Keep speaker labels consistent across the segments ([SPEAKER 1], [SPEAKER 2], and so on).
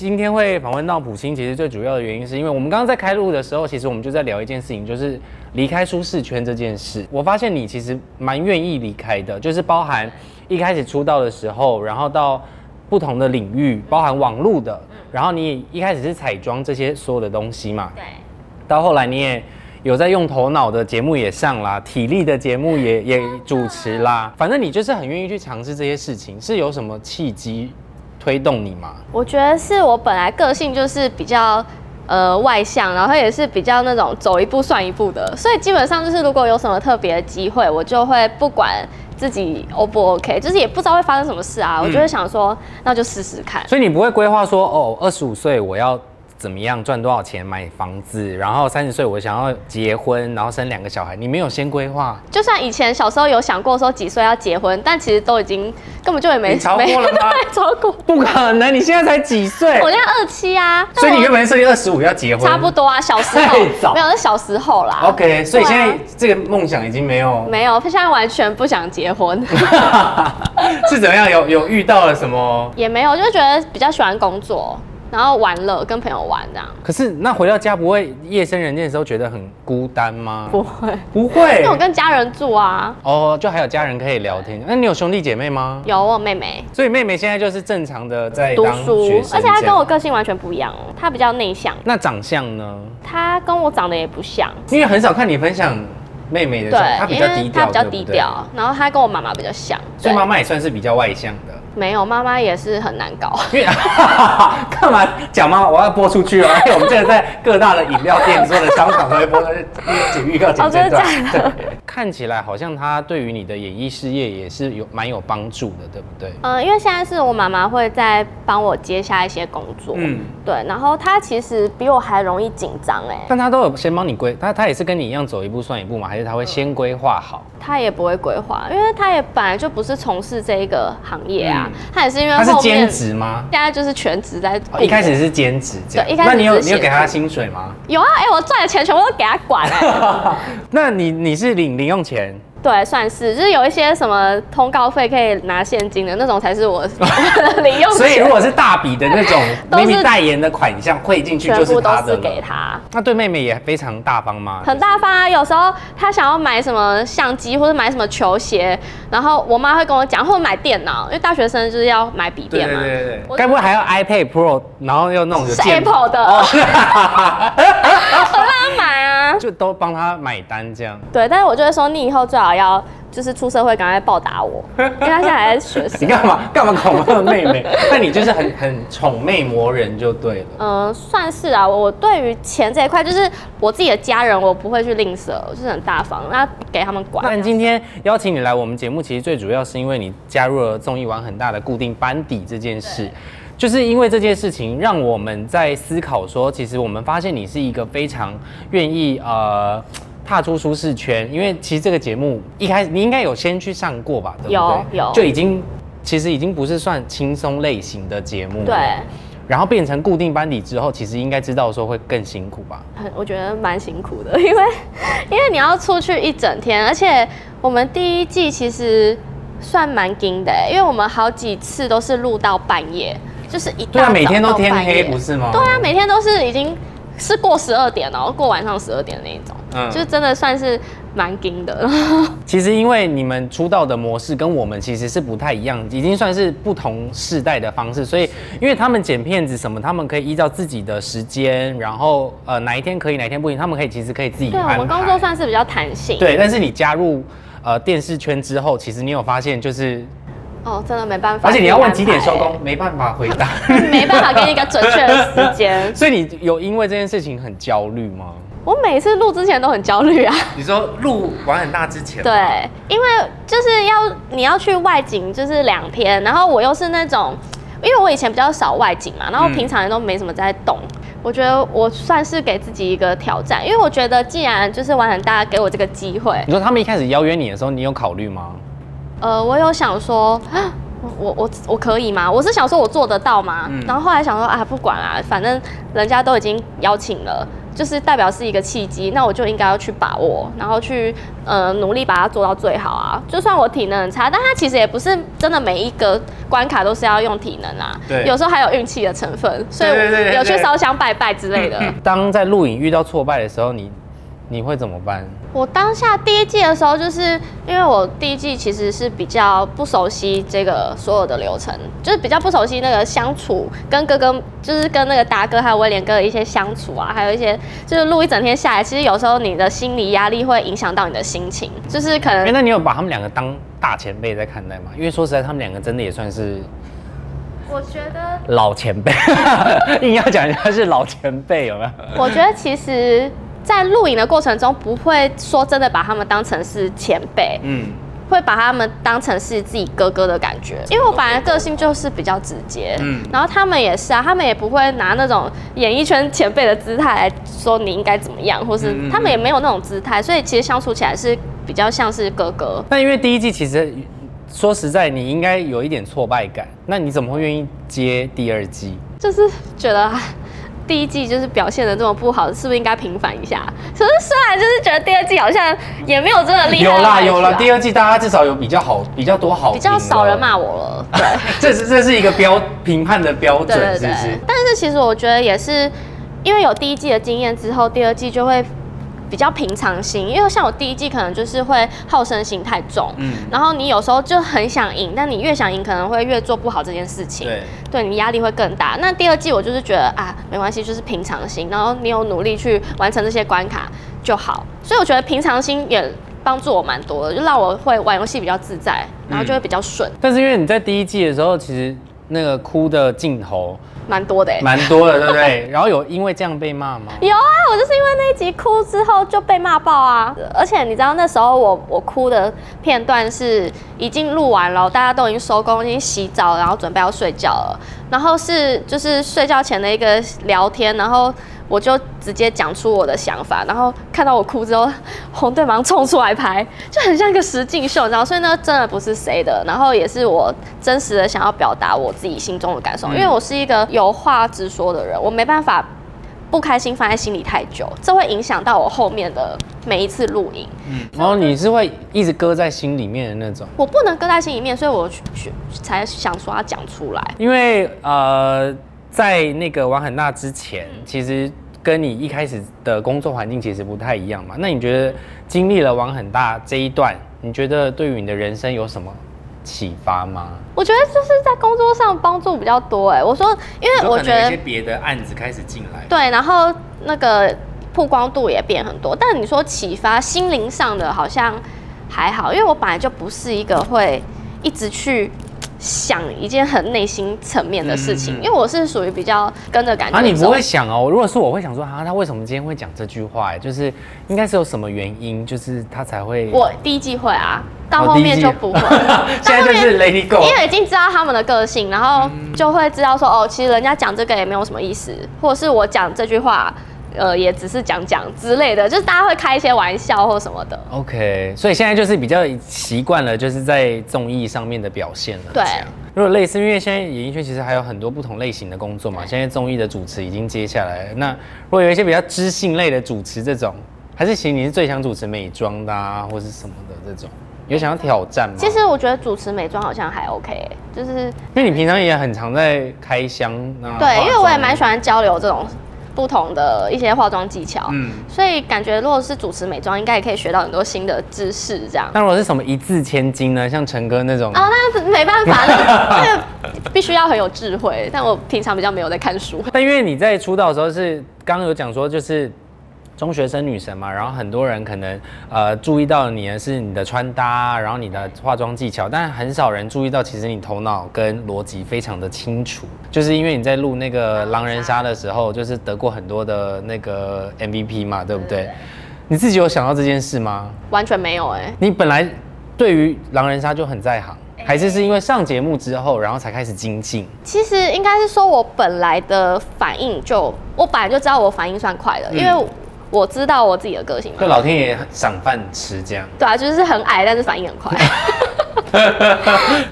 [SPEAKER 1] 今天会访问到普星，其实最主要的原因是因为我们刚刚在开录的时候，其实我们就在聊一件事情，就是离开舒适圈这件事。我发现你其实蛮愿意离开的，就是包含一开始出道的时候，然后到不同的领域，包含网络的，然后你一开始是彩妆这些所有的东西嘛，
[SPEAKER 2] 对，
[SPEAKER 1] 到后来你也有在用头脑的节目也上啦，体力的节目也 也主持啦，反正你就是很愿意去尝试这些事情，是有什么契机推动你吗？
[SPEAKER 2] 我觉得是我本来个性就是比较呃外向，然后也是比较那种走一步算一步的，所以基本上就是如果有什么特别的机会，我就会不管自己 O 不 OK，就是也不知道会发生什么事啊，我就
[SPEAKER 1] 嗯
[SPEAKER 2] 会想说那就试试看。
[SPEAKER 1] 所以你不会规划说，哦，二十五岁我要怎么样赚多少钱买房子，然后三十岁我想要结婚，然后生两个小孩，你没有先规划，
[SPEAKER 2] 就算以前小时候有想过说几岁要结婚，但其实都已经根本就也没
[SPEAKER 1] 你超过
[SPEAKER 2] 没
[SPEAKER 1] 了吗
[SPEAKER 2] 对超过，
[SPEAKER 1] 不可能，你现在才几岁
[SPEAKER 2] 我，现在二七啊，
[SPEAKER 1] 所以你
[SPEAKER 2] 但
[SPEAKER 1] 原
[SPEAKER 2] 我
[SPEAKER 1] 本设定二十五要结婚，
[SPEAKER 2] 差不多啊，小时候
[SPEAKER 1] 太早
[SPEAKER 2] 没有是小时候啦。
[SPEAKER 1] OK，所以
[SPEAKER 2] 对
[SPEAKER 1] 现
[SPEAKER 2] 啊
[SPEAKER 1] 在这个梦想已经没有，
[SPEAKER 2] 没有，现在完全不想结婚。
[SPEAKER 1] 是怎么样？有有遇到了什么？
[SPEAKER 2] 也没有，就是觉得比较喜欢工作，然后玩乐，跟朋友玩这样。
[SPEAKER 1] 可是那回到家不会夜深人静的时候觉得很孤单吗？
[SPEAKER 2] 不会，
[SPEAKER 1] 不会
[SPEAKER 2] 因为我跟家人住啊，
[SPEAKER 1] 哦，就还有家人可以聊天。那你有兄弟姐妹吗？
[SPEAKER 2] 有我妹妹
[SPEAKER 1] 所以妹妹现在就是正常的在
[SPEAKER 2] 读
[SPEAKER 1] 当
[SPEAKER 2] 书
[SPEAKER 1] 学，生
[SPEAKER 2] 而且她
[SPEAKER 1] 这
[SPEAKER 2] 跟
[SPEAKER 1] 样
[SPEAKER 2] 我个性完全不一样哦，她比较内向，
[SPEAKER 1] 那长相呢？
[SPEAKER 2] 她跟我长得也不像。
[SPEAKER 1] 因为很少看你分享妹妹的照片，她
[SPEAKER 2] 对，
[SPEAKER 1] 比较低
[SPEAKER 2] 因为
[SPEAKER 1] 调，
[SPEAKER 2] 她比较
[SPEAKER 1] 对不对
[SPEAKER 2] 低，调，然后她跟我妈妈比较像。
[SPEAKER 1] 所
[SPEAKER 2] 对
[SPEAKER 1] 以，妈妈也算是比较外向的。
[SPEAKER 2] 没有妈妈也是很难 搞。
[SPEAKER 1] 因为干嘛讲妈妈？我要播出去哦！而且我们这个在各大的饮料店、所有的商场都会播，剪预告、剪
[SPEAKER 2] 哦真
[SPEAKER 1] 片
[SPEAKER 2] 的
[SPEAKER 1] 段。
[SPEAKER 2] 假
[SPEAKER 1] 对，看起来好像她对于你的演艺事业也是有蛮有帮助的，对不对？
[SPEAKER 2] 嗯、因为现在是我妈妈会在帮我接下一些工作，
[SPEAKER 1] 嗯
[SPEAKER 2] 嗯，对，然后她其实比我还容易紧张哎，
[SPEAKER 1] 但她都有先帮你规，她她也是跟你一样走一步算一步嘛，还是她会先规划好？
[SPEAKER 2] 他也不会规划，因为他也本来就不是从事这一个行业啊，
[SPEAKER 1] 嗯
[SPEAKER 2] 他也是因为
[SPEAKER 1] 她是
[SPEAKER 2] 后面
[SPEAKER 1] 兼，职吗？
[SPEAKER 2] 现在就是全职在
[SPEAKER 1] 哦
[SPEAKER 2] 顾
[SPEAKER 1] 一开始是兼职这样，
[SPEAKER 2] 对一开始
[SPEAKER 1] 那你有
[SPEAKER 2] 只是
[SPEAKER 1] 你有给她
[SPEAKER 2] 写
[SPEAKER 1] 薪水吗？
[SPEAKER 2] 有啊，哎、我赚的钱全部都给他管哎、
[SPEAKER 1] 那你你是领零用钱？
[SPEAKER 2] 对，算是就是有一些什么通告费可以拿现金的那种才是我我的 零用钱，
[SPEAKER 1] 所以如果是大笔的那种
[SPEAKER 2] 都是
[SPEAKER 1] 妹妹代言的款项汇进去，就
[SPEAKER 2] 全
[SPEAKER 1] 是
[SPEAKER 2] 部都
[SPEAKER 1] 她的啊
[SPEAKER 2] 是
[SPEAKER 1] 了
[SPEAKER 2] 给他。
[SPEAKER 1] 那对妹妹也非常大方吗？
[SPEAKER 2] 很大方啊！有时候他想要买什么相机或者买什么球鞋，然后我妈会跟我讲，或者买电脑，因为大学生就是要买笔
[SPEAKER 1] 对
[SPEAKER 2] 电
[SPEAKER 1] 对
[SPEAKER 2] 嘛。
[SPEAKER 1] 对对对，
[SPEAKER 2] 啊我
[SPEAKER 1] 该不会还要 iPad Pro，然后又弄个
[SPEAKER 2] 是
[SPEAKER 1] 键盘
[SPEAKER 2] Apple 的， 我帮他买啊。
[SPEAKER 1] 就都帮她买单这样。
[SPEAKER 2] 对，但是我就会说，你以后最好要就是出社会赶快报答我，因为他现在还在学
[SPEAKER 1] 你
[SPEAKER 2] 生。
[SPEAKER 1] 干嘛干嘛恐吓妹妹？ 那你就是很很宠妹魔人就对了。
[SPEAKER 2] 嗯、算是啊。我我对于钱这一块，就是我自己的家人，我不会去吝啬，我就是很大方，那给他们管。
[SPEAKER 1] 但今天邀请你来我们节目，其实最主要是因为你加入了综艺玩很大的固定班底这件事。就是因为这件事情，让我们在思考说，其实我们发现你是一个非常愿意呃踏出舒适圈，因为其实这个节目一开始你应该有先去上过吧，对不对？
[SPEAKER 2] 有有
[SPEAKER 1] 就已经其实已经不是算轻松类型的节目了，
[SPEAKER 2] 对，
[SPEAKER 1] 然后变成固定班底之后，其实应该知道说会更辛苦吧？
[SPEAKER 2] 很我觉得蛮辛苦的，因为 因为你要出去一整天，而且我们第一季其实算蛮紧的、因为我们好几次都是录到半夜，就是一
[SPEAKER 1] 对
[SPEAKER 2] 大
[SPEAKER 1] 啊，
[SPEAKER 2] 早
[SPEAKER 1] 每天都
[SPEAKER 2] 到
[SPEAKER 1] 天
[SPEAKER 2] 半
[SPEAKER 1] 黑
[SPEAKER 2] 夜
[SPEAKER 1] 不是吗？
[SPEAKER 2] 对啊，每天都是已经是过十二点哦，过晚上十二点那一种，
[SPEAKER 1] 嗯
[SPEAKER 2] 就是真的算是蛮 紧的。
[SPEAKER 1] 其实因为你们出道的模式跟我们其实是不太一样，已经算是不同世代的方式，所以因为他们剪片子什么，他们可以依照自己的时间，然后呃哪一天可以，哪一天不行，他们可以其实可以自己
[SPEAKER 2] 对，啊
[SPEAKER 1] 安
[SPEAKER 2] 我
[SPEAKER 1] 排。
[SPEAKER 2] 们工作算是比较弹性。
[SPEAKER 1] 对，但是你加入呃电视圈之后，其实你有发现就是，
[SPEAKER 2] 哦，真的没办法。
[SPEAKER 1] 而且你要问几点收工，没办法回答，
[SPEAKER 2] 自己安排，没办法给你一个准确的时间。
[SPEAKER 1] 所以你有因为这件事情很焦虑吗？
[SPEAKER 2] 我每次录之前都很焦 虑啊。
[SPEAKER 1] 你说录玩很大之前
[SPEAKER 2] 对，因为就是要你要去外景，就是两天，然后我又是那种，因为我以前比较少外景嘛，然后
[SPEAKER 1] 嗯
[SPEAKER 2] 平常也都没什么在动。我觉得我算是给自己一个挑战，因为我觉得既然就是玩很大给我这个机会，
[SPEAKER 1] 你说他们一开始邀约你的时候，你有考虑吗？
[SPEAKER 2] 呃，我有想说，啊我我我可以吗？我是想说我做得到吗？
[SPEAKER 1] 嗯
[SPEAKER 2] 然后后来想说啊，不管啦、反正人家都已经邀请了，就是代表是一个契机，那我就应该要去把握，然后去呃努力把它做到最好啊。就算我体能很差，但它其实也不是真的每一个关卡都是要用体能啊，
[SPEAKER 1] 对
[SPEAKER 2] 有时候还有运气的成分，所以
[SPEAKER 1] 对对对对
[SPEAKER 2] 有去
[SPEAKER 1] 对
[SPEAKER 2] 烧香拜拜之 类的。
[SPEAKER 1] 当在录影遇到挫败的时候，你你会怎么办？
[SPEAKER 2] 我当下第一季的时候，就是因为我第一季其实是比较不熟悉这个所有的流程，就是比较不熟悉那个相处跟哥哥，就是跟那个达哥还有威廉哥的一些相处啊，还有一些就是录一整天下来，其实有时候你的心理压力会影响到你的心情，就是可
[SPEAKER 1] 哎、
[SPEAKER 2] 能
[SPEAKER 1] 那你有把他们两个当大前辈在看待吗？因为说实在，他们两个真的也算是
[SPEAKER 2] 我觉得
[SPEAKER 1] 老前辈， 硬要讲人家是老前辈，有没有？
[SPEAKER 2] 我觉得其实，在录影的过程中，不会说真的把他们当成是前辈，
[SPEAKER 1] 嗯，
[SPEAKER 2] 会把他们当成是自己哥哥的感觉，因为我本来个性就是比较直接，
[SPEAKER 1] 嗯
[SPEAKER 2] 然后他们也是啊，他们也不会拿那种演艺圈前辈的姿态来说你应该怎么样，或是
[SPEAKER 1] 嗯嗯嗯
[SPEAKER 2] 他们也没有那种姿态，所以其实相处起来是比较像是哥哥。
[SPEAKER 1] 那因为第一季其实说实在，你应该有一点挫败感，那你怎么会愿意接第二季？
[SPEAKER 2] 就是觉得啊第一季就是表现的这么不好，是不是应该平反一下？可是虽然就是觉得第二季好像也没有真的厉害
[SPEAKER 1] 有
[SPEAKER 2] 到哪
[SPEAKER 1] 啦
[SPEAKER 2] 里去啊，
[SPEAKER 1] 有啦，第二季大家至少有比较好，比较多好，啊
[SPEAKER 2] 比较少人骂。我了，对。
[SPEAKER 1] 这是这是一个标评判的标准，是不是？
[SPEAKER 2] 但是其实我觉得也是，因为有第一季的经验之后，第二季就会比较平常心。因为像我第一季可能就是会好胜心太重，
[SPEAKER 1] 嗯
[SPEAKER 2] 然后你有时候就很想赢，但你越想赢可能会越做不好这件事情，
[SPEAKER 1] 对，
[SPEAKER 2] 对你压力会更大。那第二季我就是觉得啊，没关系，就是平常心，然后你有努力去完成这些关卡就好。所以我觉得平常心也帮助我蛮多的，就让我会玩游戏比较自在，然后就会
[SPEAKER 1] 嗯
[SPEAKER 2] 比较顺，
[SPEAKER 1] 但是因为你在第一季的时候，其实那个哭的镜头
[SPEAKER 2] 蛮多的、欸。
[SPEAKER 1] 蛮多的，对不 对？然后有因为这样被骂吗？
[SPEAKER 2] 有啊，我就是因为那一集哭之后就被骂爆啊！而且你知道那时候我我哭的片段是已经录完了，大家都已经收工，已经洗澡，然后准备要睡觉了。然后是就是睡觉前的一个聊天，然后我就直接讲出我的想法，然后看到我哭之后，红队马上冲出来拍，就很像一个实境秀，你知道？所以呢，真的不是谁的，然后也是我真实的想要表达我自己心中的感受，因为我是一个有话直说的人，我没办法不开心放在心里太久，这会影响到我后面的每一次录影。
[SPEAKER 1] 然后你是会一直搁在心里面的那种。
[SPEAKER 2] 我不能搁在心里面，所以我去去才想说要讲出来。
[SPEAKER 1] 因为呃，在那个玩很大之前，
[SPEAKER 2] 嗯
[SPEAKER 1] 其实跟你一开始的工作环境其实不太一样嘛。那你觉得经历了玩很大这一段，你觉得对于你的人生有什么启发吗？
[SPEAKER 2] 我觉得就是在工作上帮助比较多哎、我说，因为我觉得
[SPEAKER 1] 别的案子开始进来，
[SPEAKER 2] 对，然后那个曝光度也变很多。但你说启发心灵上的，好像还好，因为我本来就不是一个会一直去想一件很内心层面的事
[SPEAKER 1] 嗯
[SPEAKER 2] 情，
[SPEAKER 1] 嗯嗯
[SPEAKER 2] 因为我是属于比较跟着感觉
[SPEAKER 1] 啊，
[SPEAKER 2] 走。
[SPEAKER 1] 你不会想哦？如果是我会想说，啊，他为什么今天会讲这句话？哎就是应该是有什么原因，就是他才会。
[SPEAKER 2] 我第一季会啊，到
[SPEAKER 1] 哦
[SPEAKER 2] 后
[SPEAKER 1] 第一
[SPEAKER 2] 面
[SPEAKER 1] 季。
[SPEAKER 2] 就不会
[SPEAKER 1] 现在就是嗯 Lady Go
[SPEAKER 2] 因为已经知道他们的个性，然后就会知道说，哦，其实人家讲这个也没有什么意思，或者是我讲这句话，呃，也只是讲讲之类的，就是大家会开一些玩笑或什么
[SPEAKER 1] 哦
[SPEAKER 2] 的。
[SPEAKER 1] OK，所以现在就是比较习惯了，就是在综艺上面的表现了。
[SPEAKER 2] 对
[SPEAKER 1] 这样。如果类似，因为现在演艺圈其实还有很多不同类型的工作嘛，现在综艺的主持已经接下来了。那如果有一些比较知性类的主持这种，还是其实你是最想主持美妆的啊，或是什么的这种，有想要挑战吗？
[SPEAKER 2] 其，实我觉得主持美妆好像还 OK，、就是
[SPEAKER 1] 因为你平常也很常在开箱啊。
[SPEAKER 2] 对，因为我也蛮喜
[SPEAKER 1] 欢。
[SPEAKER 2] 欢交流这种不同的一些化妆技巧，
[SPEAKER 1] 嗯
[SPEAKER 2] 所以感觉如果是主持美妆，应该也可以学到很多新的知识这样。
[SPEAKER 1] 那如果是什么一字千金呢？像陈哥那种，
[SPEAKER 2] 啊，那没办法，那那个必须要很有智慧。但我平常比较没有在看书，
[SPEAKER 1] 但因为你在出道的时候是刚刚有讲说就是中学生女神嘛，然后很多人可能呃注意到你的是你的穿搭，然后你的化妆技巧，但很少人注意到其实你头脑跟逻辑非常的清楚，就是因为你在录那个狼人杀的时候，就是得过很多的那个 MVP 嘛，对不对？你自己有想到这件事吗？
[SPEAKER 2] 完全没有哎、
[SPEAKER 1] 你本来对于狼人杀就很在行，还是是因为上节目之后，然后才开始精进？
[SPEAKER 2] 其实应该是说我本来的反应就，我本来就知道我反应算快的，因为我知道我自己的个性嘛
[SPEAKER 1] 就。老天爷赏饭吃这样。
[SPEAKER 2] 对啊，就是很矮，但是反应很快。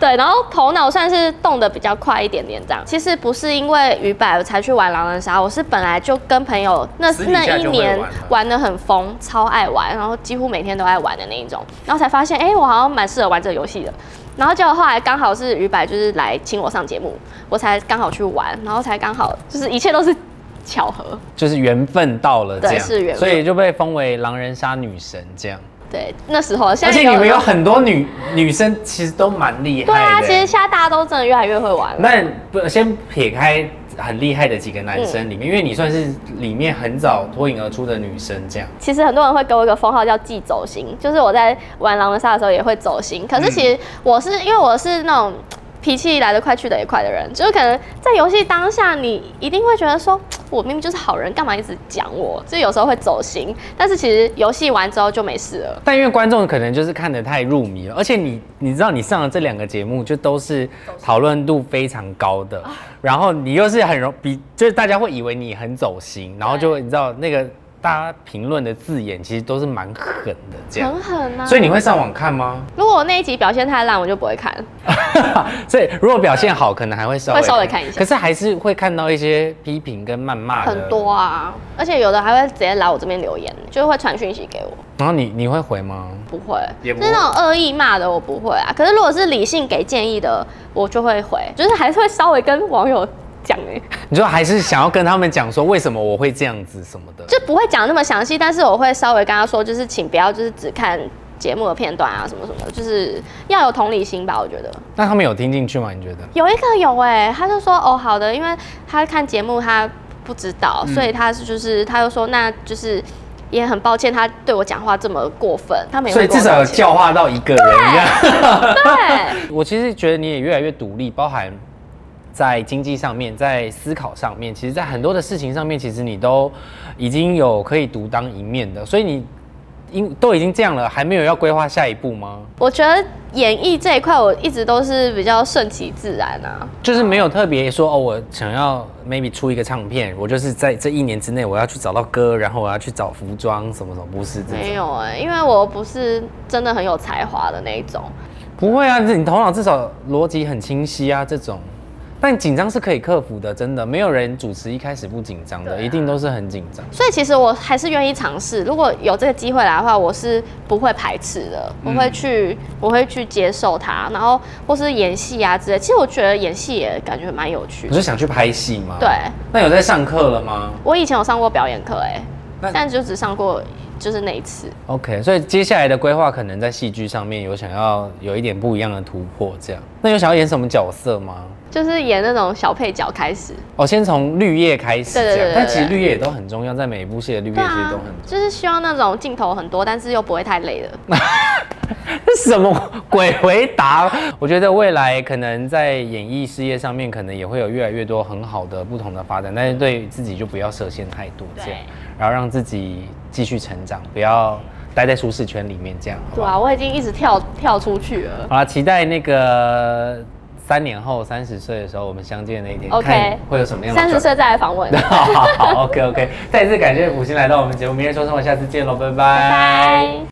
[SPEAKER 2] 对，然后头脑算是动得比较快一点点这样。其实不是因为鱼摆我才去玩狼人杀，我是本来就跟朋友那
[SPEAKER 3] 私底
[SPEAKER 2] 那
[SPEAKER 3] 下
[SPEAKER 2] 一
[SPEAKER 3] 就会
[SPEAKER 2] 年
[SPEAKER 3] 玩了
[SPEAKER 2] 玩的很疯，超爱玩，然后几乎每天都爱玩的那一种。然后才发现，哎、我好像蛮适合玩这个游戏的。然后结果后来刚好是鱼摆就是来请我上节目，我才刚好去玩，然后才刚好就是一切都是巧合。
[SPEAKER 1] 就是缘分到了这
[SPEAKER 2] 对
[SPEAKER 1] 样，
[SPEAKER 2] 是缘分
[SPEAKER 1] 所以就被封为狼人杀女神这样。
[SPEAKER 2] 对，那时候现
[SPEAKER 1] 而
[SPEAKER 2] 在
[SPEAKER 1] 且你们有很多女女生其实都蛮厉害的。
[SPEAKER 2] 对
[SPEAKER 3] 欸
[SPEAKER 2] 啊，其实现在大家都真的越来越会玩了。
[SPEAKER 1] 那不先撇开很厉害的几个男生里
[SPEAKER 2] 嗯
[SPEAKER 1] 面，因为你算是里面很早脱颖而出的女生这样。
[SPEAKER 2] 其实很多人会给我一个封号叫“记走心”，就是我在玩狼人杀的时候也会走心。
[SPEAKER 1] 嗯
[SPEAKER 2] 可是其实我是、因为我是那种脾气来得快去得也快的人，就是可能在游戏当下，你一定会觉得说，我明明就是好人，干嘛一直讲我？就有时候会走心，但是其实游戏完之后就没事了。
[SPEAKER 1] 但因为观众可能就是看得太入迷了，而且你你知道你上了这两个节目就都是讨论度非常高的，
[SPEAKER 2] 啊
[SPEAKER 1] 然后你又是很容比就是大家会以为你很走心，然后就你知道那个大家评论的字眼其实都是蛮狠的这样
[SPEAKER 2] 很。狠啊！
[SPEAKER 1] 所以你会上网看吗？
[SPEAKER 2] 如果我那一集表现太烂，我就不会看。
[SPEAKER 1] 所以如果表现好，可能还会稍微
[SPEAKER 2] 会稍微看一下
[SPEAKER 1] 可是还是会看到一些批评跟谩骂的
[SPEAKER 2] 很多。啊，而且有的还会直接来我这边留言，就会传讯息给我。
[SPEAKER 1] 然后你你会回吗？
[SPEAKER 2] 不会，
[SPEAKER 3] 也不
[SPEAKER 2] 就是那种恶意骂的我不会啊。可是如果是理性给建议的，我就会回，就是还是会稍微跟网友讲哎、
[SPEAKER 1] 你就还是想要跟他们讲说为什么我会这样子什么的。
[SPEAKER 2] 就不会讲那么详细，但是我会稍微跟他说，就是请不要就是只看节目的片段啊什么什么的，就是要有同理心吧。我觉得
[SPEAKER 1] 那他们有听进去吗？你觉得？
[SPEAKER 2] 有一个有哎、他就说哦好的，因为他看节目他不知道，
[SPEAKER 1] 嗯
[SPEAKER 2] 所以他是就是他就说那就是。也很抱歉，他对我讲话这么过分，他没有。
[SPEAKER 1] 所以至少有教化到一个人一样。
[SPEAKER 2] 对，
[SPEAKER 1] 我其实觉得你也越来越独立，包含在经济上面，在思考上面，其实，在很多的事情上面，其实你都已经有可以独当一面的。所以你因都已经这样了，还没有要规划下一步吗？
[SPEAKER 2] 我觉得演艺这一块，我一直都是比较顺其自然啊。
[SPEAKER 1] 就是没有特别说哦，我想要 maybe 出一个唱片，我就是在这一年之内我要去找到歌，然后我要去找服装什么什么，不是这
[SPEAKER 2] 没
[SPEAKER 1] 种。
[SPEAKER 2] 有哎、因为我不是真的很有才华的那一种。
[SPEAKER 1] 不会啊，你头脑至少逻辑很清晰啊，这种。但紧张是可以克服的，真的，没有人主持一开始不紧张的，
[SPEAKER 2] 对啊
[SPEAKER 1] 一定都是很紧张。
[SPEAKER 2] 所以其实我还是愿意尝试，如果有这个机会来的话，我是不会排斥的，
[SPEAKER 1] 嗯
[SPEAKER 2] 我会去，我会去接受它，然后或是演戏啊之类。其实我觉得演戏也感觉蛮有趣
[SPEAKER 1] 你
[SPEAKER 2] 的。
[SPEAKER 1] 就想去拍戏吗？
[SPEAKER 2] 对。
[SPEAKER 1] 那有在上课了吗
[SPEAKER 2] 我以前有上过表演课哎、
[SPEAKER 1] 那
[SPEAKER 2] 但就只上过就是那一次。
[SPEAKER 1] ？OK，所以接下来的规划可能在戏剧上面有想要有一点不一样的突破，这样。那有想要演什么角色吗？
[SPEAKER 2] 就是演那种小配角开始，
[SPEAKER 1] 哦，先从绿叶开始，这样。
[SPEAKER 2] 对对对对
[SPEAKER 1] 但其实绿叶也都很重要，在每一部戏的绿叶其
[SPEAKER 2] 对
[SPEAKER 1] 实都
[SPEAKER 2] 啊
[SPEAKER 1] 很重，
[SPEAKER 2] 就是希望那种镜头很多，但是又不会太累的。
[SPEAKER 1] 要。 什么鬼回答？我觉得未来可能在演艺事业上面，可能也会有越来越多很好的不同的发展，但是对自己就不要设限太多，这样
[SPEAKER 2] 对，
[SPEAKER 1] 然后让自己继续成长，不要待在舒适圈里面，这样。好不
[SPEAKER 2] 对
[SPEAKER 1] 好
[SPEAKER 2] 啊，我已经一直跳跳出去了。
[SPEAKER 1] 好了，期待那个三年后三十岁的时候我们相见的那一天
[SPEAKER 2] OK
[SPEAKER 1] 看会有什么样的
[SPEAKER 2] 三十
[SPEAKER 1] 转
[SPEAKER 2] 岁再来访问。
[SPEAKER 1] 变。好好好，OK OK，再一次感谢普星来到我们节目，明天说生活，下次见喽，拜
[SPEAKER 2] 拜拜。